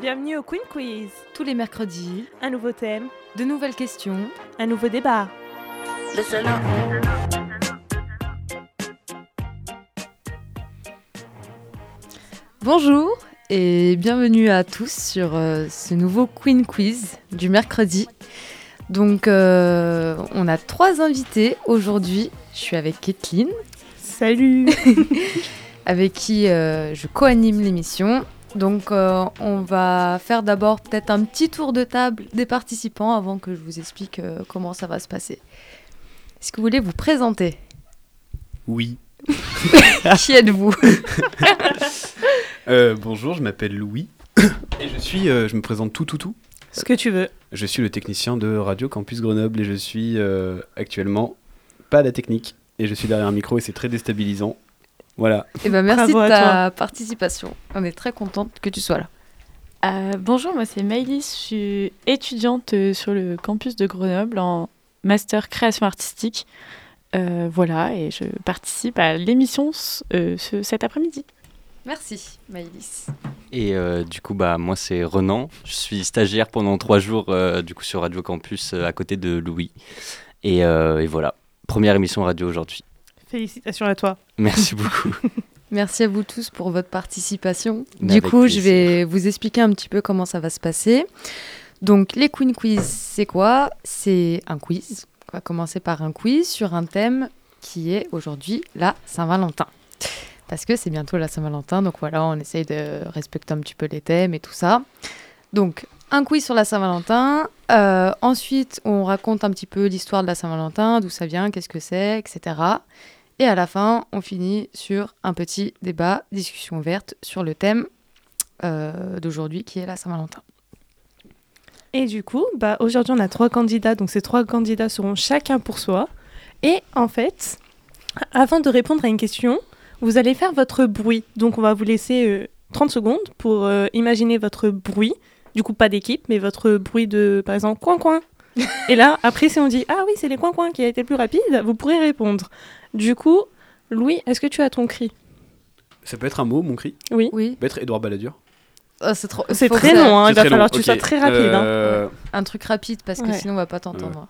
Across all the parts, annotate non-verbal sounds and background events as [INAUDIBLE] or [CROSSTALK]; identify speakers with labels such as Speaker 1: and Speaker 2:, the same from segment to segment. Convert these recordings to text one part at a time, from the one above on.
Speaker 1: Bienvenue au Queen Quiz.
Speaker 2: Tous les mercredis,
Speaker 1: Un nouveau thème,
Speaker 2: de nouvelles questions.
Speaker 1: un nouveau débat.
Speaker 2: Bonjour et bienvenue à tous sur euh, ce nouveau Queen Quiz du mercredi. Donc, euh, on a trois invités aujourd'hui. Je suis avec Kathleen,
Speaker 1: [LAUGHS] Salut
Speaker 2: avec qui euh, je co-anime l'émission. Donc, euh, on va faire d'abord peut-être un petit tour de table des participants avant que je vous explique euh, comment ça va se passer. Est-ce que vous voulez vous présenter
Speaker 3: Oui.
Speaker 2: Qui êtes-vous
Speaker 3: Euh, bonjour, je m'appelle Louis. Et je suis, euh, je me présente tout tout tout.
Speaker 1: Ce que tu veux.
Speaker 3: Je suis le technicien de Radio Campus Grenoble et je suis euh, actuellement pas à la technique. Et je suis derrière un micro et c'est très déstabilisant. Voilà.
Speaker 2: Eh ben, merci
Speaker 1: Bravo
Speaker 2: de
Speaker 1: à
Speaker 2: ta participation. On est très contente que tu sois là.
Speaker 4: Euh, bonjour, moi c'est Maëlys, je suis étudiante euh, sur le campus de Grenoble en master création artistique. Euh, voilà, et je participe à l'émission ce- euh, ce- cet après-midi.
Speaker 2: Merci, Maïlis.
Speaker 5: Et euh, du coup, bah, moi, c'est Renan. Je suis stagiaire pendant trois jours euh, du coup, sur Radio Campus euh, à côté de Louis. Et, euh, et voilà, première émission radio aujourd'hui.
Speaker 1: Félicitations à toi.
Speaker 5: Merci beaucoup.
Speaker 2: Merci à vous tous pour votre participation.
Speaker 5: Mais
Speaker 2: du
Speaker 5: Bah, avec
Speaker 2: coup, je
Speaker 5: plaisir.
Speaker 2: vais vous expliquer un petit peu comment ça va se passer. Donc, les Queen Quiz, c'est quoi C'est un quiz. On va commencer par un quiz sur un thème qui est aujourd'hui la Saint-Valentin. Parce que c'est bientôt la Saint-Valentin, donc voilà, on essaye de respecter un petit peu les thèmes et tout ça. Donc, un quiz sur la Saint-Valentin. Euh, ensuite, on raconte un petit peu l'histoire de la Saint-Valentin, d'où ça vient, qu'est-ce que c'est, etc. Et à la fin, on finit sur un petit débat, discussion ouverte sur le thème euh, d'aujourd'hui qui est la Saint-Valentin.
Speaker 1: Et du coup, bah, aujourd'hui, on a trois candidats, donc ces trois candidats seront chacun pour soi. Et en fait, avant de répondre à une question, vous allez faire votre bruit. Donc, on va vous laisser euh, 30 secondes pour euh, imaginer votre bruit. Du coup, pas d'équipe, mais votre bruit de, par exemple, [LAUGHS] coin-coin. Et là, après, si on dit Ah oui, c'est les coin-coin qui a été plus rapide, vous pourrez répondre. Du coup, Louis, est-ce que tu as ton cri
Speaker 3: Ça peut être un mot, mon cri.
Speaker 2: Oui.
Speaker 3: Ça peut être Edouard Balladur.
Speaker 2: Ah, c'est trop.
Speaker 1: C'est
Speaker 2: faut
Speaker 1: très
Speaker 2: faire
Speaker 1: long, hein,
Speaker 3: C'est
Speaker 1: il va
Speaker 3: très
Speaker 1: falloir
Speaker 3: long,
Speaker 1: que tu
Speaker 3: ok.
Speaker 1: sois très rapide. hein.
Speaker 3: Euh,
Speaker 2: Un truc rapide parce que
Speaker 1: Ouais.
Speaker 2: sinon on va pas t'entendre.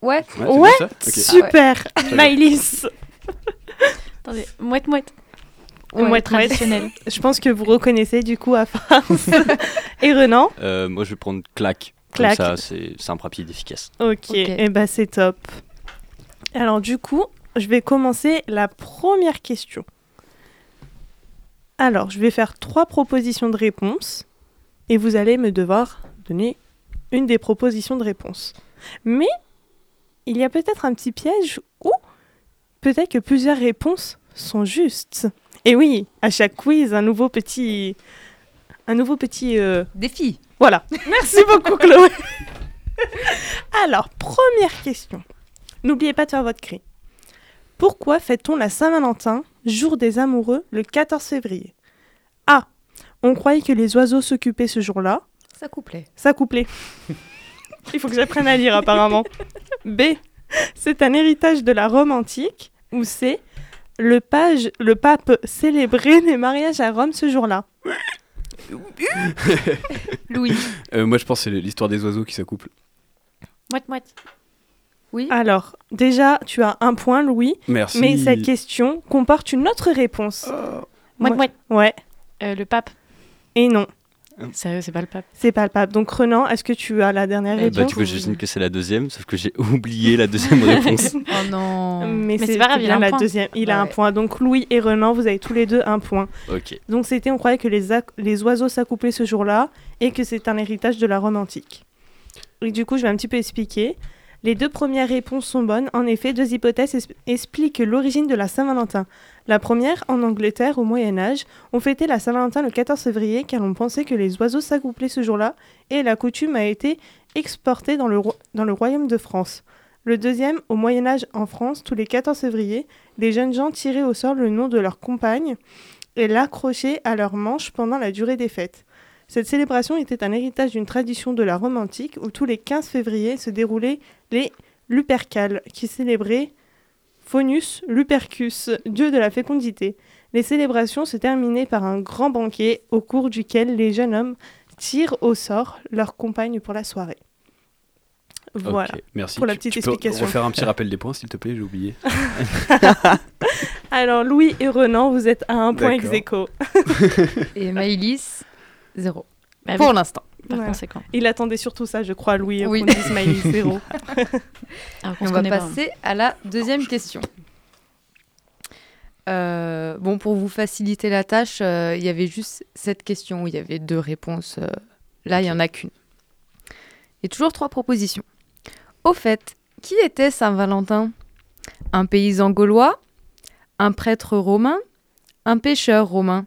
Speaker 2: Ouais.
Speaker 3: ouais, c'est
Speaker 1: Ah Ouais.
Speaker 3: bien ça Ok.
Speaker 1: Super,
Speaker 3: bien.
Speaker 1: Maïlis.
Speaker 4: Attendez, mouette mouette.
Speaker 1: Ouais,
Speaker 4: mouette
Speaker 1: mouette.
Speaker 4: traditionnelle.
Speaker 1: Je pense que vous reconnaissez du coup à [LAUGHS] Farce et Renan.
Speaker 5: [LAUGHS] Euh, moi, je vais prendre claque.
Speaker 1: Claque.
Speaker 5: Comme ça, c'est simple, rapide, efficace.
Speaker 1: Ok, et bah c'est top. Alors du coup, je vais commencer la première question. Alors, je vais faire trois propositions de réponse et vous allez me devoir donner une des propositions de réponse. Mais il y a peut-être un petit piège ou peut-être que plusieurs réponses sont justes. Et oui, à chaque quiz, un nouveau petit un nouveau petit euh,
Speaker 2: Défi.
Speaker 1: Voilà. Merci beaucoup, Chloé. [LAUGHS] Alors, première question. N'oubliez pas de faire votre cri. Pourquoi fête-t-on la Saint-Valentin, jour des amoureux, le 14 février A. On croyait que les oiseaux s'occupaient ce jour-là.
Speaker 2: Ça couplait.
Speaker 1: Ça couplait. [LAUGHS] Il faut que j'apprenne à lire, apparemment. B. C'est un héritage de la Rome antique. Ou C. Le, page, le pape célébrait les mariages à Rome ce jour-là.
Speaker 2: Louis.
Speaker 3: Euh, moi, je pense que c'est l'histoire des oiseaux qui s'accouplent.
Speaker 4: [LAUGHS] Mouette mouette.
Speaker 2: Oui.
Speaker 1: Alors, déjà, tu as un point, Louis.
Speaker 3: Merci.
Speaker 1: Mais cette question comporte une autre réponse.
Speaker 4: Mouette
Speaker 1: Ouais.
Speaker 4: mouette.
Speaker 1: Ouais,
Speaker 4: Euh, le pape.
Speaker 1: et non,
Speaker 4: Sérieux, c'est pas le pape.
Speaker 1: c'est pas le pape. Donc Renan, est-ce que tu as la dernière
Speaker 4: Eh
Speaker 5: Bah,
Speaker 1: réponse
Speaker 5: du coup, j'imagine que c'est la deuxième, sauf que j'ai [LAUGHS] oublié la deuxième réponse.
Speaker 2: Oh
Speaker 1: [LAUGHS]
Speaker 2: non.
Speaker 4: Mais c'est pas grave, il
Speaker 1: bien
Speaker 4: a un
Speaker 1: la
Speaker 4: point.
Speaker 1: deuxième. Il a un
Speaker 2: Ouais.
Speaker 1: point. Donc Louis et Renan, vous avez tous les deux un point.
Speaker 5: Ok.
Speaker 1: Donc c'était, on croyait que les, ac- les oiseaux s'accouplaient ce jour-là et que c'est un héritage de la Rome antique. Et du coup, je vais un petit peu expliquer. Les deux premières réponses sont bonnes. En effet, deux hypothèses es- expliquent l'origine de la Saint-Valentin. La première, en Angleterre, au Moyen Âge, on fêtait la Saint-Valentin le 14 février car on pensait que les oiseaux s'accouplaient ce jour-là et la coutume a été exportée dans le, roi- dans le royaume de France. Le deuxième, au Moyen Âge en France, tous les 14 février, les jeunes gens tiraient au sort le nom de leur compagne et l'accrocher à leur manche pendant la durée des fêtes. Cette célébration était un héritage d'une tradition de la Rome antique où tous les 15 février se déroulaient les Lupercales, qui célébraient Faunus Lupercus, dieu de la fécondité. Les célébrations se terminaient par un grand banquet au cours duquel les jeunes hommes tirent au sort leur compagne pour la soirée. Voilà.
Speaker 3: Ok, merci.
Speaker 1: Pour la
Speaker 3: Tu-
Speaker 1: petite
Speaker 3: tu peux
Speaker 1: explication.
Speaker 3: refaire un petit rappel des points, s'il te plaît, j'ai oublié.
Speaker 1: Alors Louis et Renan, vous êtes à un point ex
Speaker 3: D'accord.
Speaker 1: aequo.
Speaker 2: Et Maïlis, zéro.
Speaker 4: Bah oui,
Speaker 2: Pour l'instant.
Speaker 4: par
Speaker 1: Ouais.
Speaker 4: conséquent.
Speaker 1: Il attendait surtout ça, je crois, Louis,
Speaker 2: Oui.
Speaker 1: qu'on dise Maïlis zéro.
Speaker 4: [LAUGHS]
Speaker 2: Et
Speaker 4: Alors qu'on Ah, se
Speaker 2: on va
Speaker 4: connaît pas,
Speaker 2: passer à la deuxième question. Euh, bon, pour vous faciliter la tâche, euh, il y avait juste cette question où il y avait deux réponses. euh, là, il n'y en a qu'une. Et toujours trois propositions. Au fait, qui était Saint-Valentin Un paysan gaulois Un prêtre romain Un pêcheur romain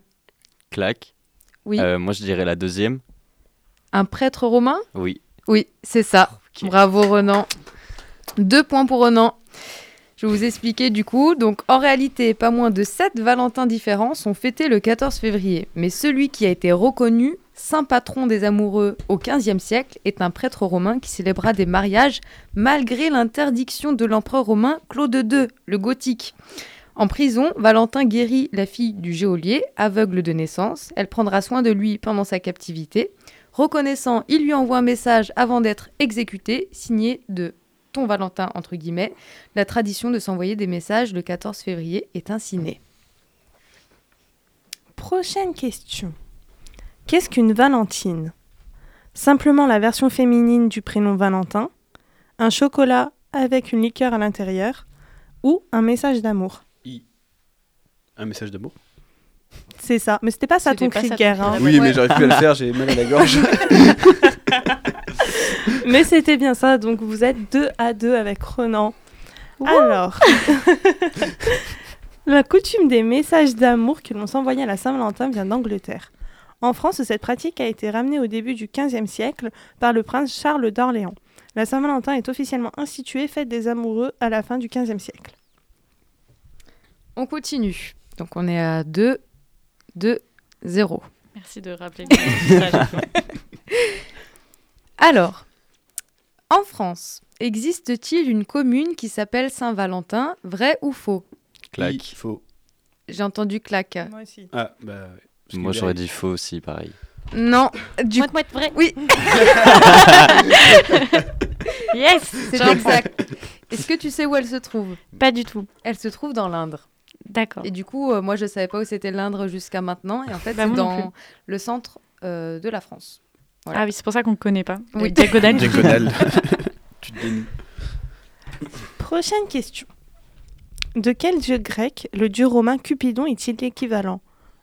Speaker 5: Clac.
Speaker 2: Oui.
Speaker 5: Euh, moi, je dirais la deuxième.
Speaker 2: Un prêtre romain
Speaker 5: Oui.
Speaker 2: Oui, c'est ça.
Speaker 5: Ok.
Speaker 2: Bravo Renan. Deux points pour Renan. Je vais vous expliquer du coup. Donc en réalité, pas moins de sept Valentins différents sont fêtés le 14 février. Mais celui qui a été reconnu saint patron des amoureux au 15e siècle est un prêtre romain qui célébra des mariages malgré l'interdiction de l'empereur romain Claude II, le gothique. En prison, Valentin guérit la fille du geôlier, aveugle de naissance. Elle prendra soin de lui pendant sa captivité. Reconnaissant, il lui envoie un message avant d'être exécuté, signé de ton Valentin, entre guillemets. La tradition de s'envoyer des messages le 14 février est ainsi née.
Speaker 1: Prochaine question. Qu'est-ce qu'une Valentine Simplement la version féminine du prénom Valentin, un chocolat avec une liqueur à l'intérieur ou un message d'amour.
Speaker 3: Un message d'amour
Speaker 1: C'est ça, mais c'était pas ça
Speaker 4: C'était
Speaker 1: ton
Speaker 4: pas
Speaker 1: cri de
Speaker 4: ça
Speaker 1: guerre,
Speaker 4: ton
Speaker 1: hein.
Speaker 4: Ah
Speaker 3: Oui,
Speaker 4: bah
Speaker 3: mais
Speaker 4: ouais.
Speaker 3: j'arrive plus à le faire, j'ai mal à la [LAUGHS] gorge.
Speaker 1: mais c'était bien ça. Donc vous êtes deux à deux avec Renan.
Speaker 4: Wouh
Speaker 1: Alors, [LAUGHS] la coutume des messages d'amour que l'on s'envoyait à la Saint-Valentin vient d'Angleterre. En France, cette pratique a été ramenée au début du XVe siècle par le prince Charles d'Orléans. La Saint-Valentin est officiellement instituée fête des amoureux à la fin du XVe siècle.
Speaker 2: On continue. Donc on est à 2, 2, 0.
Speaker 4: Merci de rappeler. le message.
Speaker 2: Alors, en France, existe-t-il une commune qui s'appelle Saint-Valentin, vrai ou faux
Speaker 5: Clac.
Speaker 3: Faux.
Speaker 2: J'ai entendu claque.
Speaker 1: Euh, Moi aussi.
Speaker 3: Ah, bah. ouais. Parce que
Speaker 5: Moi,
Speaker 3: derrière-
Speaker 5: j'aurais dit faux aussi, pareil.
Speaker 2: Non, du
Speaker 4: Mouette, mouette, vrai.
Speaker 2: Oui.
Speaker 4: [LAUGHS] yes
Speaker 2: c'est
Speaker 4: j'en
Speaker 2: exact. Est-ce que tu sais où elle se trouve
Speaker 4: prends. Pas du tout.
Speaker 2: Elle se trouve dans l'Indre.
Speaker 4: D'accord.
Speaker 2: Et du coup, euh, moi, je savais pas où c'était l'Indre jusqu'à maintenant. Et en fait,
Speaker 4: Bah,
Speaker 2: c'est
Speaker 4: moi non
Speaker 2: dans le centre euh, de la France. Voilà.
Speaker 4: Ah oui, c'est pour ça qu'on ne connaît pas. Euh,
Speaker 2: Oui.
Speaker 4: Oui. Diagonale.
Speaker 3: Diagonale.
Speaker 5: [LAUGHS]
Speaker 3: [LAUGHS] tu te dénues.
Speaker 1: Prochaine question. De quel dieu grec le dieu romain Cupidon est-il l'équivalent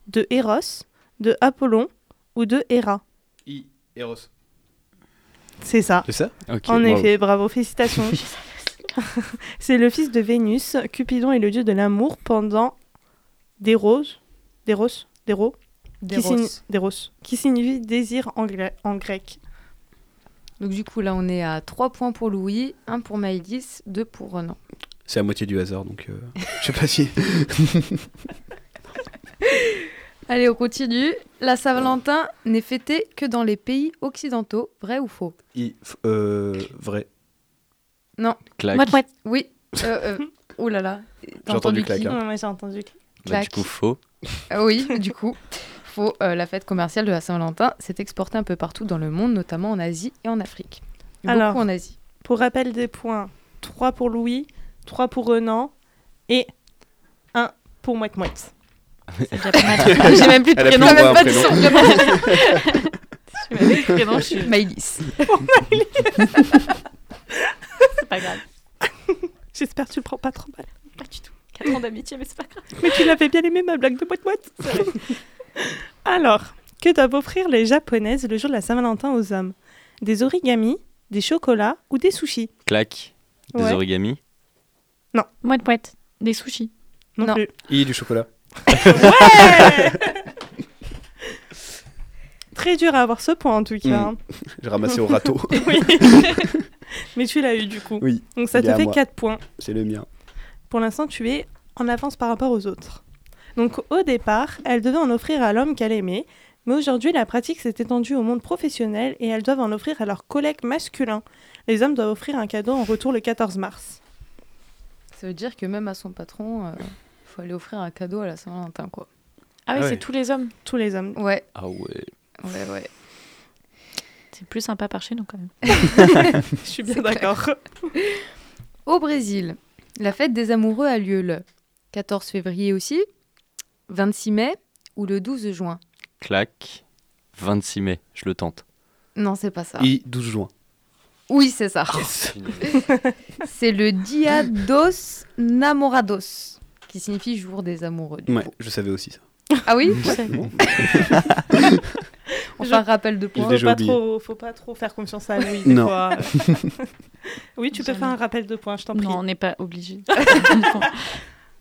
Speaker 1: De Eros, de Apollon ou de Héra
Speaker 3: I. Eros.
Speaker 1: C'est ça.
Speaker 3: C'est ça
Speaker 5: Ok.
Speaker 1: En
Speaker 5: bravo.
Speaker 1: effet, bravo, félicitations. [LAUGHS] C'est le fils de Vénus. Cupidon est le dieu de l'amour pendant des roses, des roses, des roses, qui, signi-
Speaker 2: Roses.
Speaker 1: des roses, qui signifie désir en, grec- en grec.
Speaker 2: Donc du coup, là, on est à 3 points pour Louis, 1 pour Maïlis, 2 pour Renan.
Speaker 3: C'est à moitié du hasard, donc euh, je sais pas si.
Speaker 2: Allez, on continue. La Saint-Valentin n'est fêtée que dans les pays occidentaux, vrai ou faux
Speaker 3: [LAUGHS] I. f- euh, vrai.
Speaker 4: [LAUGHS]
Speaker 5: Clac.
Speaker 4: Mouette, mouette.
Speaker 2: Oui. Euh, euh, oh là là. T'as
Speaker 3: [LAUGHS] J'ai entendu
Speaker 2: qui
Speaker 3: claque, hein.
Speaker 1: Ouais, ouais, j'ai entendu.
Speaker 5: Bah,
Speaker 2: clac.
Speaker 5: du coup, faux.
Speaker 2: Ah Oui, du coup. Faux. Euh, la fête commerciale de la Saint-Valentin s'est exportée un peu partout dans le monde, notamment en Asie et en Afrique.
Speaker 1: Alors.
Speaker 2: Beaucoup en
Speaker 3: [LAUGHS]
Speaker 2: Asie.
Speaker 1: Pour rappel des points, 3 pour Louis, 3 pour Renan et 1 pour Mouette Mouette.
Speaker 4: C'est déjà pas [LAUGHS] mal.
Speaker 2: J'ai même plus de
Speaker 3: Elle a plus
Speaker 2: prénom.
Speaker 3: le
Speaker 2: même
Speaker 3: droit à
Speaker 2: pas
Speaker 3: un
Speaker 2: de
Speaker 3: prénom.
Speaker 2: son.
Speaker 4: Tu m'as dit que non,
Speaker 3: [LAUGHS]
Speaker 4: je [LAUGHS] suis-
Speaker 2: Maïlis.
Speaker 4: C'est pas grave.
Speaker 1: J'espère que tu le prends pas trop mal.
Speaker 4: Pas du tout. 4 ans d'amitié, mais c'est pas grave.
Speaker 1: Mais tu l'avais bien aimé, ma blague de Mouette Mouette. Alors, que doivent offrir les Japonaises le jour de la Saint-Valentin aux hommes Des origamis, des chocolats ou des sushis
Speaker 5: Clac. Des
Speaker 1: Ouais.
Speaker 5: origamis.
Speaker 4: Mouette, mouette. Des sushis.
Speaker 1: Non,
Speaker 2: Non.
Speaker 1: plus.
Speaker 3: I. Du chocolat.
Speaker 1: Très dur à avoir ce point en tout cas.
Speaker 3: J'ai ramassé au [LAUGHS] râteau.
Speaker 1: hein. [LAUGHS] Oui. Mais tu l'as eu du coup.
Speaker 3: Oui,
Speaker 1: Donc ça
Speaker 3: il
Speaker 1: te
Speaker 3: est à
Speaker 1: fait
Speaker 3: moi.
Speaker 1: 4 points.
Speaker 3: c'est le mien.
Speaker 1: Pour l'instant, tu es en avance par rapport aux autres. Donc au départ, elle devait en offrir à l'homme qu'elle aimait, mais aujourd'hui la pratique s'est étendue au monde professionnel et elles doivent en offrir à leurs collègues masculins. Les hommes doivent offrir un cadeau en retour le 14 mars.
Speaker 2: euh, Ça veut dire que même à son patron, il faut aller offrir un cadeau à la Saint-Valentin, quoi.
Speaker 4: Ah oui,
Speaker 3: Ah ouais.
Speaker 4: c'est tous les hommes.
Speaker 1: Tous les hommes.
Speaker 2: Ouais,
Speaker 5: Ah ouais.
Speaker 2: ouais, ouais.
Speaker 4: C'est plus sympa par chez nous quand même.
Speaker 1: [LAUGHS] Je suis bien
Speaker 2: C'est clair.
Speaker 1: d'accord.
Speaker 2: Au Brésil, la fête des amoureux a lieu le 14 février aussi, 26 mai ou le 12 juin.
Speaker 5: Clac. 26 mai, je le tente.
Speaker 2: Non, c'est pas ça.
Speaker 1: Ah.
Speaker 3: I 12 juin.
Speaker 2: Oui, c'est
Speaker 3: [LAUGHS] Ah,
Speaker 2: ça. C'est le Dia dos Namorados, qui signifie jour des amoureux. du
Speaker 3: Ouais,
Speaker 2: coup.
Speaker 3: je savais aussi ça.
Speaker 2: Ah oui [LAUGHS]
Speaker 3: Bon.
Speaker 2: On fait un rappel de
Speaker 3: J'ai
Speaker 2: points.
Speaker 1: Faut
Speaker 3: déjà
Speaker 1: pas,
Speaker 3: oublié.
Speaker 1: trop, faut pas trop faire confiance à Louis. des
Speaker 3: Non. [LAUGHS]
Speaker 1: fois. oui, tu peux
Speaker 4: Jamais.
Speaker 1: faire un rappel de points, je t'en prie.
Speaker 4: Non, on n'est pas [LAUGHS] obligé.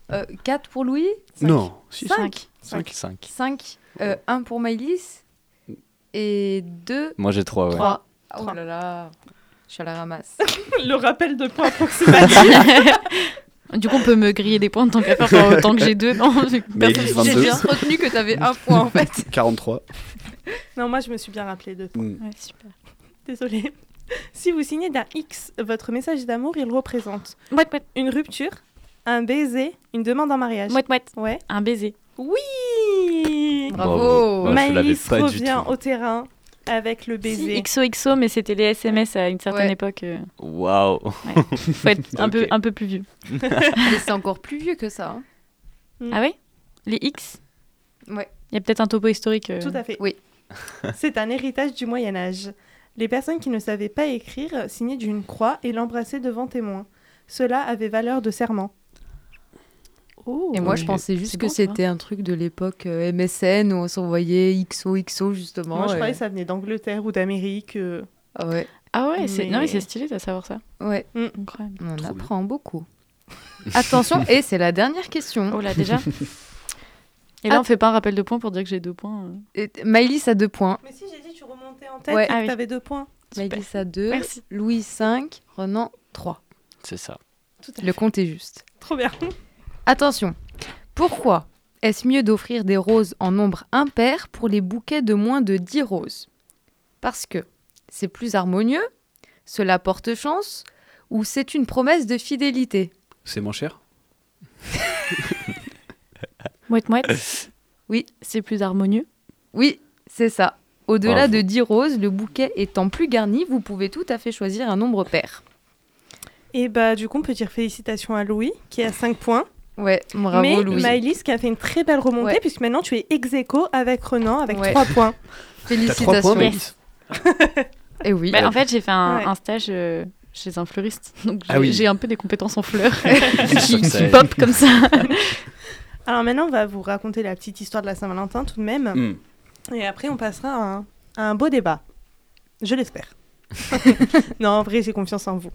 Speaker 2: 4 Euh, pour Louis
Speaker 3: Non, si, si.
Speaker 2: 5
Speaker 5: 5. 5.
Speaker 2: 5, 1 euh, pour Maïlis et 2,
Speaker 5: Moi j'ai 3, ouais.
Speaker 2: 3.
Speaker 4: Trois.
Speaker 2: Oh là là, je suis à la ramasse.
Speaker 1: [LAUGHS] Le rappel de points approximatif.
Speaker 4: du coup, on peut me griller des points en tant qu'affaire, enfin, autant que j'ai deux. Non, personne-
Speaker 5: Mais Elise,
Speaker 2: J'ai
Speaker 5: 22.
Speaker 2: bien retenu que t'avais un point en
Speaker 3: [LAUGHS]
Speaker 2: fait.
Speaker 3: 43.
Speaker 1: [LAUGHS] non, moi, je me suis bien rappelé de
Speaker 3: Mm.
Speaker 4: Ouais, super.
Speaker 1: Désolée. [LAUGHS] Si vous signez d'un X votre message d'amour, il représente
Speaker 4: Mouette, mouette,
Speaker 1: une rupture, un baiser, une demande en mariage.
Speaker 4: mouette, mouette.
Speaker 1: Ouais.
Speaker 4: Un baiser.
Speaker 1: Oui
Speaker 2: Bravo.
Speaker 5: Ouais, je l'avais
Speaker 1: Maïlis
Speaker 5: pas du
Speaker 1: revient
Speaker 5: tout.
Speaker 1: au terrain avec le baiser.
Speaker 4: Si, XOXO, mais c'était les SMS à une certaine
Speaker 2: Ouais.
Speaker 4: époque. euh,
Speaker 5: Waouh.
Speaker 4: Faut être un, peu,
Speaker 5: Ok.
Speaker 4: un peu plus vieux.
Speaker 2: Mais c'est encore plus vieux que ça. hein.
Speaker 4: Ah ouais Les X
Speaker 2: Ouais.
Speaker 4: Il y a peut-être un topo historique. euh.
Speaker 1: Tout à fait.
Speaker 2: Oui.
Speaker 1: [LAUGHS] C'est un héritage du Moyen Âge. Les personnes qui ne savaient pas écrire signaient d'une croix et l'embrassaient devant témoin. Cela avait valeur de serment. Oh.
Speaker 2: Et moi,
Speaker 5: Ok.
Speaker 2: je pensais juste
Speaker 4: C'est
Speaker 2: que
Speaker 4: bon, ça.
Speaker 2: c'était un truc de l'époque euh, MSN où on s'envoyait XOXO justement.
Speaker 1: Moi, je
Speaker 2: euh.
Speaker 1: croyais que ça venait d'angleterre ou d'Amérique. euh.
Speaker 2: Ah ouais,
Speaker 4: Ah ouais, c'est... non,
Speaker 1: Mais-
Speaker 4: mais c'est stylé de savoir ça.
Speaker 2: ouais,
Speaker 4: Incroyable.
Speaker 2: on
Speaker 3: Trop
Speaker 2: apprend beaucoup. Attention, et c'est la dernière question.
Speaker 4: Oh là, déjà Et là,
Speaker 2: Ah.
Speaker 4: on fait pas un rappel de points pour dire que j'ai deux points. euh.
Speaker 2: Et- Maëlys a deux points.
Speaker 1: Mais si j'ai dit, tu remontais en tête
Speaker 2: Ouais.
Speaker 1: et que
Speaker 4: Ah oui.
Speaker 1: t'avais deux points.
Speaker 4: Super.
Speaker 2: Maëlys a deux,
Speaker 4: Merci.
Speaker 2: Louis 5, Renan 3.
Speaker 5: C'est ça.
Speaker 1: Tout à
Speaker 2: Le
Speaker 1: fait.
Speaker 2: compte est juste.
Speaker 1: Trop bien.
Speaker 2: Attention, pourquoi est-ce mieux d'offrir des roses en nombre impair pour les bouquets de moins de 10 roses Parce que c'est plus harmonieux, cela porte chance, ou c'est une promesse de fidélité
Speaker 3: C'est moins cher
Speaker 4: Mouette, mouette. [LAUGHS]
Speaker 2: Oui.
Speaker 4: C'est plus harmonieux.
Speaker 2: Oui, c'est ça. Au-delà
Speaker 5: Bravo.
Speaker 2: de 10 roses, le bouquet étant plus garni, vous pouvez tout à fait choisir un nombre pair.
Speaker 1: Et bah, du coup, on peut dire félicitations à Louis qui a 5 points.
Speaker 2: Ouais, bravo
Speaker 1: mais
Speaker 2: Louis.
Speaker 1: Maëlys qui a fait une très belle remontée
Speaker 2: Ouais.
Speaker 1: puisque maintenant tu es ex aequo avec Renan avec
Speaker 2: Ouais.
Speaker 1: 3 points.
Speaker 3: T'as 3 points,
Speaker 2: Félicitations.
Speaker 3: mais
Speaker 2: Et oui.
Speaker 4: Bah, en fait, j'ai fait un,
Speaker 1: Ouais.
Speaker 4: un stage euh, chez un fleuriste. Donc, j'ai,
Speaker 3: Ah oui.
Speaker 4: j'ai un peu des compétences en fleurs [LAUGHS]
Speaker 5: sûr
Speaker 4: qui,
Speaker 5: que
Speaker 4: qui
Speaker 5: ça aide.
Speaker 4: pop comme ça.
Speaker 1: Alors maintenant, on va vous raconter la petite histoire de la Saint-Valentin tout de même.
Speaker 3: Mm.
Speaker 1: Et après, on passera à un, à un beau débat. Je l'espère. non, en vrai, j'ai confiance en vous.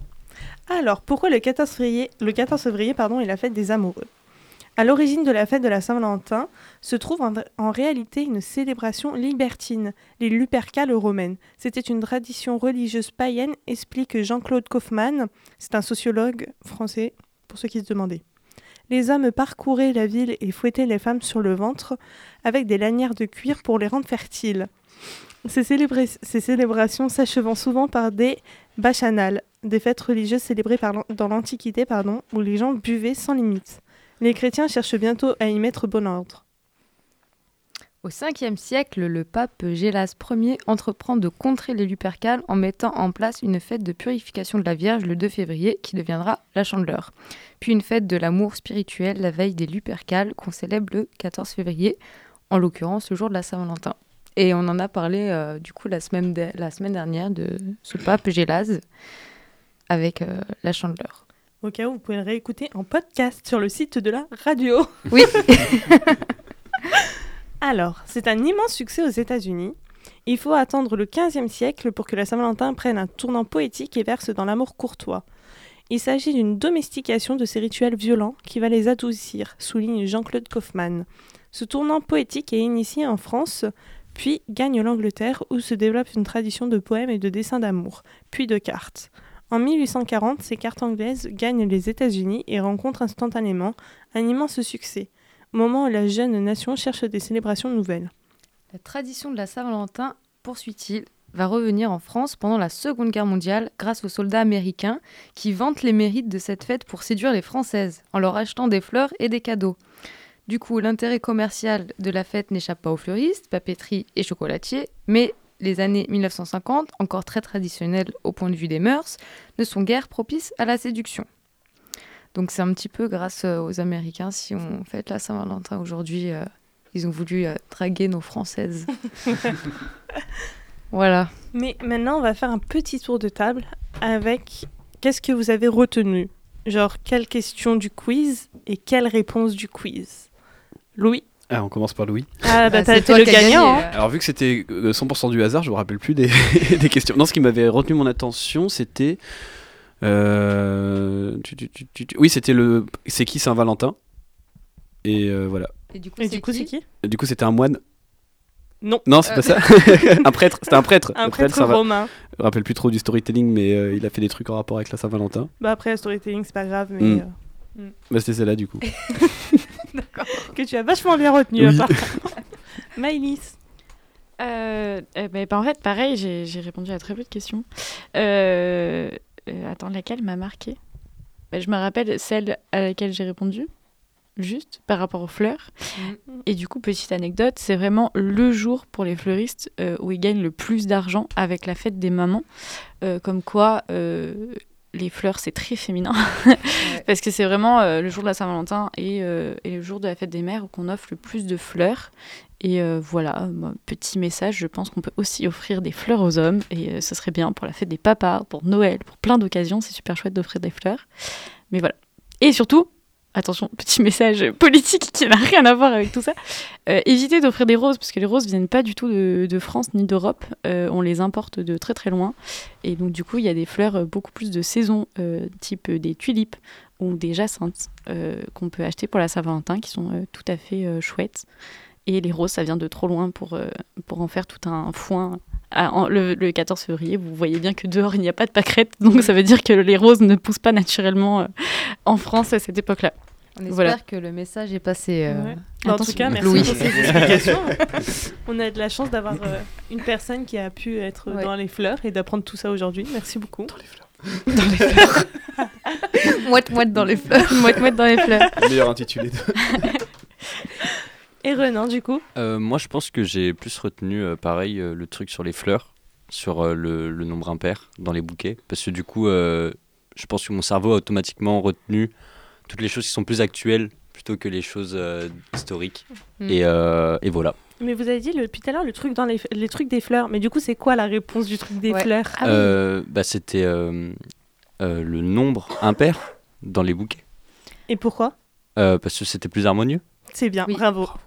Speaker 1: Alors, pourquoi le 14 février, le 14 février pardon, est la fête des amoureux À l'origine de la fête de la Saint-Valentin se trouve en, en réalité une célébration libertine, les Lupercales romaines. C'était une tradition religieuse païenne, explique Jean-Claude Kaufmann. C'est un sociologue français, pour ceux qui se demandaient. Les hommes parcouraient la ville et fouettaient les femmes sur le ventre avec des lanières de cuir pour les rendre fertiles. Ces, célébra- ces célébrations s'achevant souvent par des bacchanales, des fêtes religieuses célébrées par l'an- dans l'Antiquité, pardon, où les gens buvaient sans limite. Les chrétiens cherchent bientôt à y mettre bon ordre.
Speaker 2: Au 5e siècle, le pape Gélas Ier entreprend de contrer les Lupercales en mettant en place une fête de purification de la Vierge le 2 février qui deviendra la Chandeleur, puis une fête de l'amour spirituel la veille des Lupercales qu'on célèbre le 14 février, en l'occurrence le jour de la Saint-Valentin. Et on en a parlé euh, du coup la semaine, de- la semaine dernière de ce pape Gélas avec euh, la Chandeleur.
Speaker 1: Au cas où, vous pouvez le réécouter en podcast sur le site de la radio.
Speaker 2: Oui,
Speaker 1: [LAUGHS] Alors, c'est un immense succès aux États-Unis. Il faut attendre le 15e siècle pour que la Saint-Valentin prenne un tournant poétique et verse dans l'amour courtois. Il s'agit d'une domestication de ces rituels violents qui va les adoucir, souligne Jean-Claude Kaufmann. Ce tournant poétique est initié en France, puis gagne l'Angleterre où se développe une tradition de poèmes et de dessins d'amour, puis de cartes. En 1840, ces cartes anglaises gagnent les États-Unis et rencontrent instantanément un immense succès moment où la jeune nation cherche des célébrations nouvelles.
Speaker 2: La tradition de la Saint-Valentin, poursuit-il, va revenir en France pendant la Seconde Guerre mondiale grâce aux soldats américains qui vantent les mérites de cette fête pour séduire les Françaises en leur achetant des fleurs et des cadeaux. Du coup, l'intérêt commercial de la fête n'échappe pas aux fleuristes, papeteries et chocolatiers, mais les années 1950, encore très traditionnelles au point de vue des mœurs, ne sont guère propices à la séduction. Donc c'est un petit peu grâce euh, aux Américains, si on fête la Saint-Valentin aujourd'hui, euh, ils ont voulu euh, draguer nos Françaises. voilà.
Speaker 1: Mais maintenant, on va faire un petit tour de table avec qu'est-ce que vous avez retenu Genre, quelle question du quiz et quelle réponse du quiz Louis
Speaker 3: Ah, on commence par Louis.
Speaker 1: Ah, bah,
Speaker 2: Ah,
Speaker 1: t'as
Speaker 2: c'est
Speaker 1: été
Speaker 2: toi
Speaker 1: le
Speaker 2: qui as gagné,
Speaker 1: gagnant. hein.
Speaker 2: euh.
Speaker 3: Alors, vu que c'était euh, 100% du hasard, je me rappelle plus des, [LAUGHS] des questions. Non, ce qui m'avait retenu mon attention, c'était. euh, tu- tu- tu- tu- tu- Oui, c'était le. C'est qui Saint-Valentin Et euh, voilà.
Speaker 2: Et du coup,
Speaker 1: Et du coup, c'est qui
Speaker 3: Du coup, c'était un moine
Speaker 1: Non.
Speaker 3: Non, c'est
Speaker 2: Euh.
Speaker 3: pas ça. [LAUGHS] un prêtre. C'était un prêtre.
Speaker 1: Un
Speaker 3: Le
Speaker 1: prêtre
Speaker 3: Saint-Va-
Speaker 1: romain.
Speaker 3: Je me rappelle plus trop du storytelling, mais euh, il a fait des trucs en rapport avec la Saint-Valentin.
Speaker 1: Bah, après, le storytelling, c'est pas grave, mais
Speaker 3: Mm.
Speaker 1: euh,
Speaker 3: Bah, c'était celle-là, [LAUGHS] du coup.
Speaker 1: que tu as vachement bien retenu,
Speaker 3: Oui.
Speaker 1: à part.
Speaker 3: [LAUGHS]
Speaker 1: Maëlys.
Speaker 4: Euh, eh ben, bah, en fait, pareil, j'ai j'ai répondu à très peu de questions. Euh, euh, attends, laquelle m'a marquée Bah, Je me rappelle celle à laquelle j'ai répondu, juste par rapport aux fleurs.
Speaker 2: Mhm.
Speaker 4: Et du coup, petite anecdote, c'est vraiment le jour pour les fleuristes euh, où ils gagnent le plus d'argent avec la fête des mamans. Euh, comme quoi, euh, les fleurs, c'est très féminin. [LAUGHS] Parce que c'est vraiment euh, le jour de la Saint-Valentin et, euh, et le jour de la fête des mères où qu'on offre le plus de fleurs. Et euh, voilà, euh, moi, petit message, je pense qu'on peut aussi offrir des fleurs aux hommes. Et euh, ce serait bien pour la fête des papas, pour Noël, pour plein d'occasions. C'est super chouette d'offrir des fleurs. Mais voilà. Et surtout, attention, petit message politique qui n'a rien à voir avec tout ça. Euh, évitez d'offrir des roses, parce que les roses viennent pas du tout de, de France ni d'Europe. Euh, on les importe de très très loin. Et donc du coup, il y a des fleurs euh, beaucoup plus de saison, euh, type euh, des tulipes ou des jacinthes euh, qu'on peut acheter pour la Saint-Valentin, qui sont euh, tout à fait euh, chouettes. Et les roses, ça vient de trop loin pour, euh, pour en faire tout un foin. Ah, en- le, le 14 février, vous voyez bien que dehors, il n'y a pas de pâquerettes, donc ça veut dire que les roses ne poussent pas naturellement euh, en France à cette époque-là.
Speaker 2: On espère
Speaker 4: Voilà.
Speaker 2: que le message est passé. euh,
Speaker 1: Ouais. Bah, en tout
Speaker 4: Attention.
Speaker 1: cas, merci
Speaker 2: Louis.
Speaker 1: pour
Speaker 2: [LAUGHS]
Speaker 1: ces explications. On a de la chance d'avoir euh, une personne qui a pu être
Speaker 2: Ouais.
Speaker 1: dans les fleurs et d'apprendre tout ça aujourd'hui. Merci beaucoup.
Speaker 2: [LAUGHS] Moite moite dans les fleurs.
Speaker 4: Mouette, mouette dans
Speaker 2: [LAUGHS]
Speaker 4: les fleurs.
Speaker 3: Meilleur intitulé de.
Speaker 1: Et Renan, du coup
Speaker 5: Euh, moi, je pense que j'ai plus retenu, euh, pareil, euh, le truc sur les fleurs, sur euh, le, le nombre impair dans les bouquets. Parce que du coup, euh, je pense que mon cerveau a automatiquement retenu toutes les choses qui sont plus actuelles plutôt que les choses euh, historiques.
Speaker 4: Hmm.
Speaker 2: Mm.
Speaker 5: Et, euh, et voilà.
Speaker 1: Mais vous avez dit le- depuis tout à l'heure le truc dans les, les trucs des fleurs. Mais du coup, c'est quoi la réponse du truc des
Speaker 2: Ouais.
Speaker 1: fleurs
Speaker 4: Ah oui.
Speaker 5: Euh, bah, C'était euh, euh, le nombre impair dans les bouquets.
Speaker 1: Et pourquoi
Speaker 5: Euh, parce que c'était plus harmonieux.
Speaker 1: C'est bien,
Speaker 2: Oui.
Speaker 1: bravo.
Speaker 4: Ah,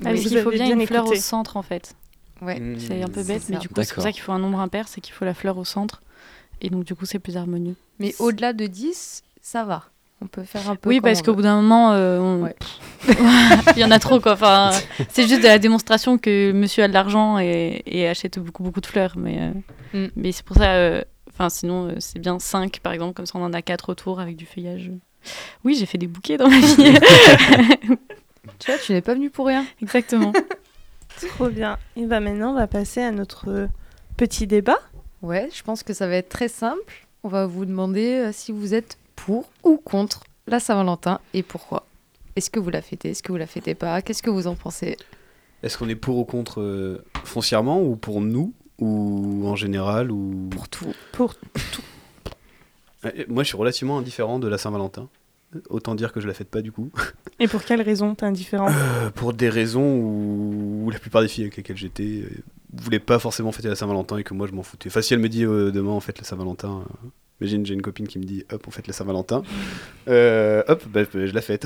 Speaker 1: oui.
Speaker 4: parce
Speaker 1: Vous
Speaker 4: qu'il faut
Speaker 1: avez
Speaker 4: bien,
Speaker 1: bien
Speaker 4: une fleur au
Speaker 1: écouté. Hmm.
Speaker 4: centre, en fait.
Speaker 2: Ouais.
Speaker 4: C'est un peu
Speaker 2: C'est
Speaker 4: bête, mais
Speaker 2: ça.
Speaker 4: du coup, c'est pour
Speaker 5: D'accord.
Speaker 4: ça qu'il faut un nombre impair, c'est qu'il faut la fleur au centre. Et donc, du coup, c'est plus harmonieux.
Speaker 2: Mais au-delà de 10, ça va. On peut faire un peu.
Speaker 4: Oui,
Speaker 2: comme
Speaker 4: parce
Speaker 2: on
Speaker 4: qu'au
Speaker 2: veut.
Speaker 4: bout d'un moment, euh, on-
Speaker 2: Ouais.
Speaker 4: [LAUGHS] il y en a trop, quoi. Enfin, c'est juste de la démonstration que monsieur a de l'argent et, et achète beaucoup, beaucoup de fleurs. Mais, euh,
Speaker 2: Mm.
Speaker 4: mais c'est pour ça, euh, enfin, sinon, euh, c'est bien 5, par exemple, comme ça, on en a 4 autour avec du feuillage. Oui, j'ai fait des bouquets dans ma
Speaker 2: [LAUGHS]
Speaker 4: vie.
Speaker 2: Tu vois, tu n'es pas venu pour rien.
Speaker 4: Exactement.
Speaker 1: Trop bien. Et bah maintenant, on va passer à notre euh, petit débat.
Speaker 2: Ouais, je pense que ça va être très simple. On va vous demander euh, si vous êtes pour ou contre la Saint-Valentin et pourquoi. Est-ce que vous la fêtez Est-ce que vous la fêtez pas Qu'est-ce que vous en pensez
Speaker 3: Est-ce qu'on est pour ou contre euh, foncièrement ou pour nous ou en général ou
Speaker 2: Pour tout.
Speaker 3: Euh, Moi, je suis relativement indifférent de la Saint-Valentin. Autant dire que je la fête pas du coup.
Speaker 1: Et pour quelle raison t'es indifférent
Speaker 3: Euh, pour des raisons où la plupart des filles avec lesquelles j'étais euh, voulaient pas forcément fêter la Saint-Valentin et que moi je m'en foutais. Enfin, si elle me dit euh, demain on fête la Saint-Valentin, euh, mais j'ai une, j'ai une copine qui me dit hop on fête la Saint-Valentin, Euh, hop bah, je la fête.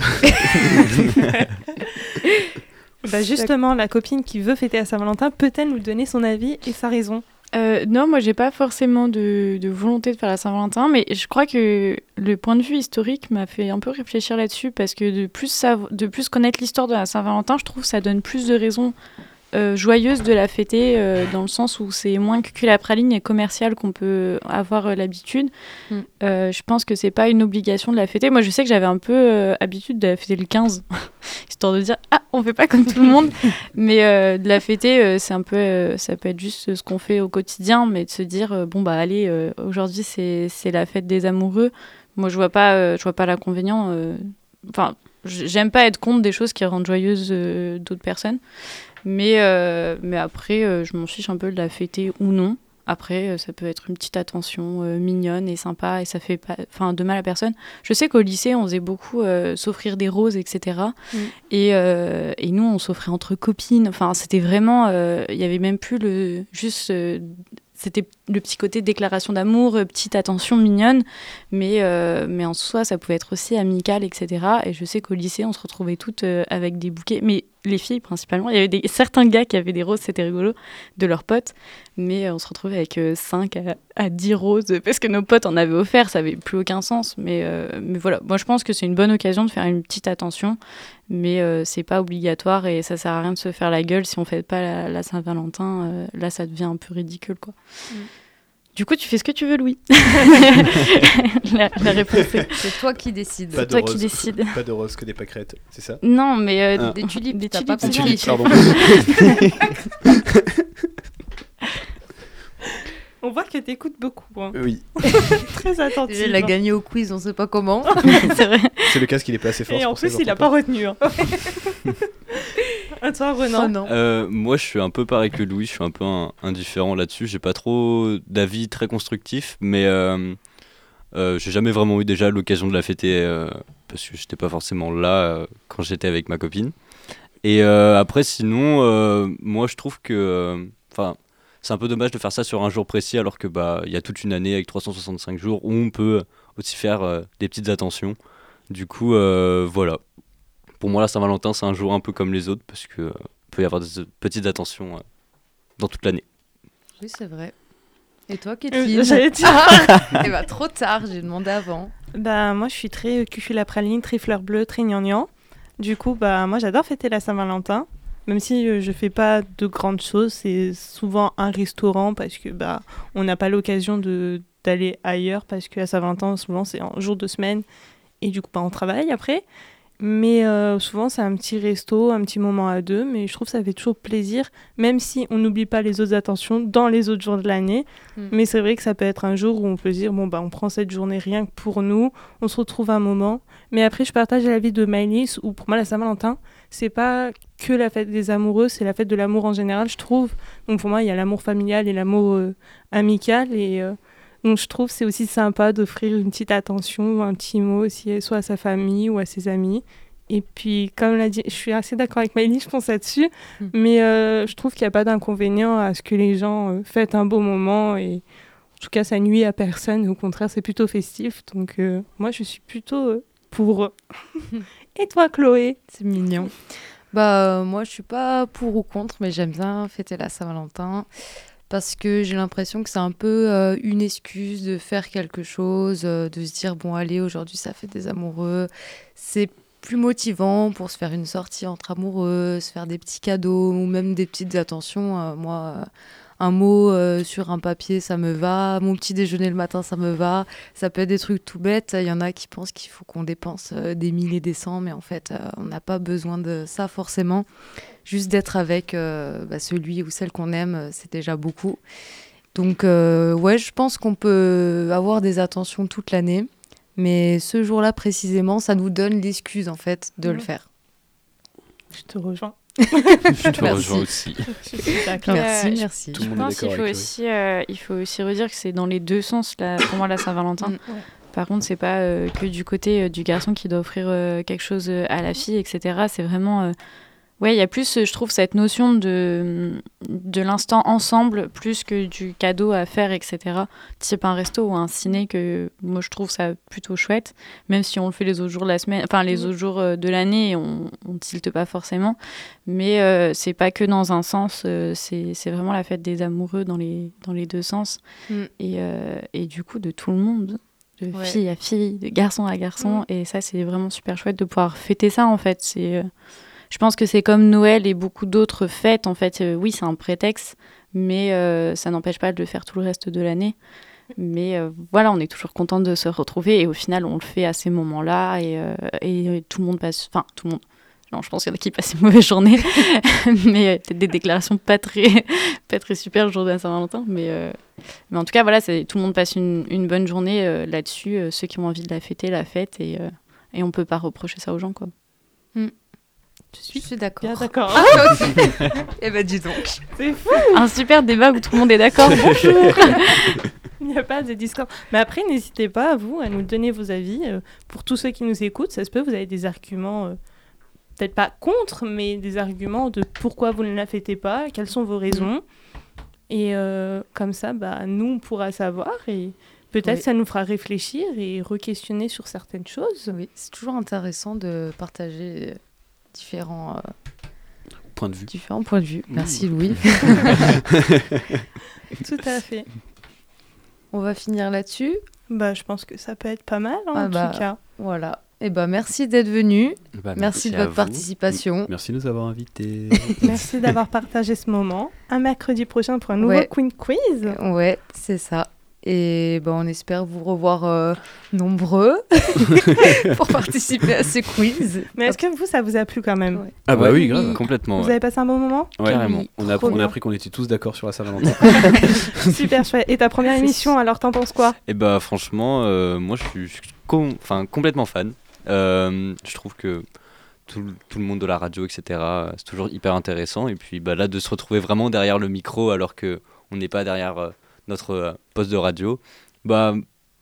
Speaker 1: Bah justement, la copine qui veut fêter à Saint-Valentin peut-elle nous donner son avis et sa raison
Speaker 4: Euh, non, moi, j'ai pas forcément de, de volonté de faire la Saint-Valentin, mais je crois que le point de vue historique m'a fait un peu réfléchir là-dessus, parce que de plus, savo- de plus connaître l'histoire de la Saint-Valentin, je trouve que ça donne plus de raisons euh, joyeuses de la fêter, euh, dans le sens où c'est moins que la praline et commercial qu'on peut avoir euh, l'habitude.
Speaker 2: Mm.
Speaker 4: Euh, je pense que c'est pas une obligation de la fêter. Moi, je sais que j'avais un peu euh, habitude de la fêter le 15, [LAUGHS] histoire de dire Ah, on fait pas comme tout le monde. Mais euh, de la fêter, euh, c'est un peu, euh, ça peut être juste euh, ce qu'on fait au quotidien, mais de se dire euh, bon bah allez, euh, aujourd'hui c'est c'est la fête des amoureux. Moi je vois pas, euh, je vois pas l'inconvénient. euh, Enfin, j- j'aime pas être contre des choses qui rendent joyeuses euh, d'autres personnes. Mais, euh, mais après, euh, je m'en fiche un peu de la fêter ou non. Après, euh, ça peut être une petite attention euh, mignonne et sympa et ça fait pas enfin, de mal à personne. Je sais qu'au lycée, on faisait beaucoup euh, s'offrir des roses, etc.
Speaker 1: Mm.
Speaker 4: Et, euh, et nous, on s'offrait entre copines. Enfin, c'était vraiment. euh, Il y avait même plus le. Juste. euh, c'était le petit côté déclaration d'amour, euh, petite attention mignonne, mais, euh, mais en soi, ça pouvait être aussi amical, etc. Et je sais qu'au lycée, on se retrouvait toutes euh, avec des bouquets, mais les filles principalement. Il y avait des, certains gars qui avaient des roses, c'était rigolo, de leurs potes, mais euh, on se retrouvait avec 5 à, à 10 roses euh, parce que nos potes en avaient offert, ça n'avait plus aucun sens. Mais, euh, mais voilà, moi je pense que c'est une bonne occasion de faire une petite attention, mais euh, c'est pas obligatoire et ça sert à rien de se faire la gueule si on fait pas la, la Saint-Valentin. euh, là, ça devient un peu ridicule, quoi.
Speaker 1: Mm.
Speaker 4: Du coup, tu fais ce que tu veux, Louis. [LAUGHS] la, la réponse est
Speaker 2: C'est toi qui décides.
Speaker 3: [LAUGHS] Pas
Speaker 4: c'est
Speaker 3: de
Speaker 4: toi qui
Speaker 3: rose.
Speaker 4: décides.
Speaker 3: Pas de roses que des pâquerettes, c'est ça
Speaker 4: Non, mais euh,
Speaker 3: Ah.
Speaker 2: Des tulipes,
Speaker 4: Des
Speaker 2: t'as pas
Speaker 4: tulipes,
Speaker 3: Des
Speaker 4: c'est
Speaker 2: compris.
Speaker 3: tulipes, pardon.
Speaker 1: [LAUGHS] On voit que t'écoutes beaucoup, hein.
Speaker 3: oui,
Speaker 2: Euh,
Speaker 1: très attentive. hein.
Speaker 2: Elle a gagné au quiz, on sait pas comment.
Speaker 1: Oh,
Speaker 4: [LAUGHS] c'est vrai.
Speaker 3: c'est le casque, il est pas assez fort.
Speaker 1: Et
Speaker 3: c'est
Speaker 1: en
Speaker 3: pour ça que
Speaker 1: plus, il a
Speaker 3: j'entends
Speaker 1: pas retenu.
Speaker 3: [LAUGHS]
Speaker 1: Hein. à toi, Renan.
Speaker 2: Oh non.
Speaker 5: Euh, moi, je suis un peu pareil que Louis, je suis un peu un- indifférent là-dessus. J'ai pas trop d'avis très constructif, mais euh, euh, j'ai jamais vraiment eu déjà l'occasion de la fêter euh, parce que j'étais pas forcément là euh, quand j'étais avec ma copine. Et euh, après, sinon, euh, moi, je trouve que, euh, enfin, c'est un peu dommage de faire ça sur un jour précis, alors que bah, il y a toute une année avec 365 jours où on peut aussi faire euh, des petites attentions. Du coup, euh, voilà. Pour moi, la Saint-Valentin, c'est un jour un peu comme les autres parce que peut y avoir des petites attentions euh, dans toute l'année.
Speaker 2: Oui, c'est vrai. Et toi,
Speaker 1: Euh,
Speaker 2: Kathleen
Speaker 1: j'allais dire-
Speaker 2: Ah [LAUGHS] Eh ben, trop tard, j'ai demandé avant.
Speaker 1: Bah moi je suis très euh, cucul la praline, très fleur bleue, très gnangnan. Du coup bah moi j'adore fêter la Saint-Valentin, même si euh, je fais pas de grandes choses, c'est souvent un restaurant parce que bah on n'a pas l'occasion de d'aller ailleurs parce que la Saint-Valentin souvent c'est en jour de semaine et du coup bah on travaille après. Mais euh, souvent c'est un petit resto, un petit moment à deux, mais je trouve que ça fait toujours plaisir, même si on n'oublie pas les autres attentions dans les autres jours de l'année.
Speaker 2: Mm.
Speaker 1: Mais c'est vrai que ça peut être un jour où on peut se dire, bon bah on prend cette journée rien que pour nous, on se retrouve un moment. Mais après, je partage l'avis de Mylis, où pour moi, la Saint-Valentin, c'est pas que la fête des amoureux, c'est la fête de l'amour en général, je trouve. Donc pour moi, il y a l'amour familial et l'amour euh, amical. Et euh, donc je trouve c'est aussi sympa d'offrir une petite attention, un petit mot aussi, soit à sa famille ou à ses amis. Et puis, comme l'a dit, je suis assez d'accord avec Mylis, je pense là-dessus.
Speaker 2: Mm.
Speaker 1: Mais euh, je trouve qu'il n'y a pas d'inconvénient à ce que les gens euh, fêtent un beau moment et en tout cas, ça nuit à personne. Au contraire, c'est plutôt festif. Donc, euh, moi, je suis plutôt euh, [LAUGHS] pour. Et toi, Chloé
Speaker 2: C'est mignon. Bah, euh, moi, je suis pas pour ou contre, mais j'aime bien fêter la Saint-Valentin parce que j'ai l'impression que c'est un peu euh, une excuse de faire quelque chose, euh, de se dire bon, allez, aujourd'hui, ça fait des amoureux. C'est plus motivant pour se faire une sortie entre amoureux, se faire des petits cadeaux ou même des petites attentions. Euh, moi, euh, un mot euh, sur un papier, ça me va. Mon petit déjeuner le matin, ça me va. Ça peut être des trucs tout bêtes. Il y en a qui pensent qu'il faut qu'on dépense euh, des mille et des cents, mais en fait, euh, on n'a pas besoin de ça forcément. Juste d'être avec euh, bah, celui ou celle qu'on aime, euh, c'est déjà beaucoup. Donc, euh, ouais, je pense qu'on peut avoir des attentions toute l'année, mais ce jour-là précisément, ça nous donne l'excuse en fait de le
Speaker 1: Mhm.
Speaker 2: faire.
Speaker 1: Je te rejoins.
Speaker 5: Je te
Speaker 2: Merci.
Speaker 5: rejoins aussi.
Speaker 1: [LAUGHS] Je suis d'accord.
Speaker 2: Merci,
Speaker 4: Euh,
Speaker 2: merci.
Speaker 3: Tout le
Speaker 4: Je
Speaker 3: monde est
Speaker 4: pense
Speaker 3: d'accord
Speaker 4: qu'il faut
Speaker 3: avec Chloé.
Speaker 4: aussi, euh, il faut aussi redire que c'est dans les deux sens là, pour moi la Saint-Valentin.
Speaker 2: Mm, ouais.
Speaker 4: Par contre, c'est pas euh, que du côté euh, du garçon qui doit offrir euh, quelque chose euh, à la fille, etc. C'est vraiment, euh, ouais, il y a plus, euh, je trouve, cette notion de mm, de l'instant ensemble plus que du cadeau à faire, etc. Type un resto ou un ciné que moi je trouve ça plutôt chouette, même si on le fait les autres jours de la semaine, enfin les
Speaker 1: Mm.
Speaker 4: autres jours euh, de l'année, on, on tilte pas forcément. Mais euh, c'est pas que dans un sens, euh, c'est c'est vraiment la fête des amoureux dans les, dans les deux sens.
Speaker 2: Mm.
Speaker 4: Et, euh, et du coup, de tout le monde, de
Speaker 2: Ouais. Mm.
Speaker 4: fille à fille, de garçon à garçon. Et ça, c'est vraiment super chouette de pouvoir fêter ça, en fait. C'est, euh, je pense que c'est comme Noël et beaucoup d'autres fêtes, en fait. Euh, oui, c'est un prétexte, mais euh, ça n'empêche pas de le faire tout le reste de l'année. Mais euh, voilà, on est toujours content de se retrouver et au final, on le fait à ces moments-là et, euh, et tout le monde passe. Enfin, tout le monde. Non, je pense qu'il y en a qui passent une mauvaise journée, [LAUGHS] mais euh, peut-être des déclarations pas très, [LAUGHS] pas très super le jour de la Saint-Valentin. Mais, euh, mais en tout cas, voilà, c'est- tout le monde passe une, une bonne journée euh, là-dessus. euh, ceux qui ont envie de la fêter, la fête et, euh, et on peut pas reprocher ça aux gens, quoi.
Speaker 1: Je
Speaker 2: Je
Speaker 1: suis
Speaker 2: suis d'accord.
Speaker 1: bien d'accord.
Speaker 2: [LAUGHS]
Speaker 1: hein.
Speaker 2: Eh ben dis donc.
Speaker 1: c'est fou,
Speaker 4: Un super débat où tout le monde est d'accord. Bonjour.
Speaker 1: il n'y a pas de discorde. Mais après, n'hésitez pas, vous, à nous donner vos avis. Euh, Pour tous ceux qui nous écoutent, ça se peut, vous avez des arguments, euh, peut-être pas contre, mais des arguments de pourquoi vous ne la fêtez pas, quelles sont vos raisons. Et euh, comme ça, bah, nous, on pourra savoir et peut-être
Speaker 2: Oui.
Speaker 1: ça nous fera réfléchir et re-questionner sur certaines choses.
Speaker 2: Oui, c'est toujours intéressant de partager euh, différents, euh,
Speaker 5: Point de vue.
Speaker 2: différents points de vue. Merci Louis.
Speaker 1: Tout à fait.
Speaker 2: On va finir là-dessus.
Speaker 1: Bah, je pense que ça peut être pas mal, hein,
Speaker 2: Ah
Speaker 1: en
Speaker 2: bah,
Speaker 1: tout cas.
Speaker 2: Voilà. Eh ben merci d'être venu.
Speaker 5: Bah,
Speaker 2: Merci, de
Speaker 5: à
Speaker 2: votre
Speaker 5: vous.
Speaker 2: participation.
Speaker 3: Merci de nous
Speaker 1: [LAUGHS]
Speaker 3: avoir invités.
Speaker 1: Merci
Speaker 2: [LAUGHS]
Speaker 1: d'avoir partagé ce moment. À mercredi prochain pour un nouveau
Speaker 2: Ouais.
Speaker 1: Queen Quiz.
Speaker 5: Mm.
Speaker 2: Ouais, c'est ça. Et ben on espère vous revoir euh,
Speaker 5: [LAUGHS]
Speaker 2: nombreux [LAUGHS] pour participer à ce quiz.
Speaker 1: Mais est-ce que vous, ça vous a plu quand même
Speaker 2: Ouais.
Speaker 3: ah bah
Speaker 5: Ouais.
Speaker 3: oui, grave.
Speaker 5: Complètement.
Speaker 1: Vous
Speaker 5: ouais.
Speaker 1: avez passé un bon
Speaker 2: [LAUGHS]
Speaker 1: moment
Speaker 5: Ouais, carrément.
Speaker 2: Oui.
Speaker 3: On a,
Speaker 1: Trop
Speaker 3: on a
Speaker 1: bien.
Speaker 3: appris qu'on était tous d'accord sur la Saint-Valentin.
Speaker 1: Super chouette. Et ta première
Speaker 2: [LAUGHS] C'est
Speaker 1: émission, alors t'en penses quoi
Speaker 5: Et bah franchement, euh, moi je suis, je suis com- enfin, complètement fan. Euh, je trouve que tout, le- tout le monde de la radio, etc., euh, c'est toujours hyper intéressant. Et puis bah, là, de se retrouver vraiment derrière le micro alors que on n'est pas derrière euh, notre euh, poste de radio, bah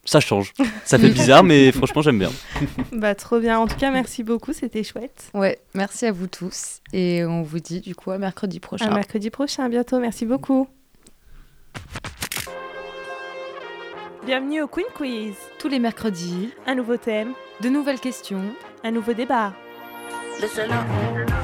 Speaker 5: ça change.
Speaker 2: [LAUGHS]
Speaker 5: Ça fait bizarre, mais franchement j'aime bien.
Speaker 1: Bah trop bien. En tout cas, merci beaucoup, c'était chouette.
Speaker 2: Ouais, merci à vous tous et on vous dit du coup à mercredi
Speaker 1: À
Speaker 2: prochain.
Speaker 1: mercredi prochain, à bientôt. Merci beaucoup. Bienvenue au Queen Quiz.
Speaker 2: Tous les mercredis,
Speaker 1: Un nouveau thème,
Speaker 2: de nouvelles questions
Speaker 1: un nouveau débat.
Speaker 6: Listen up.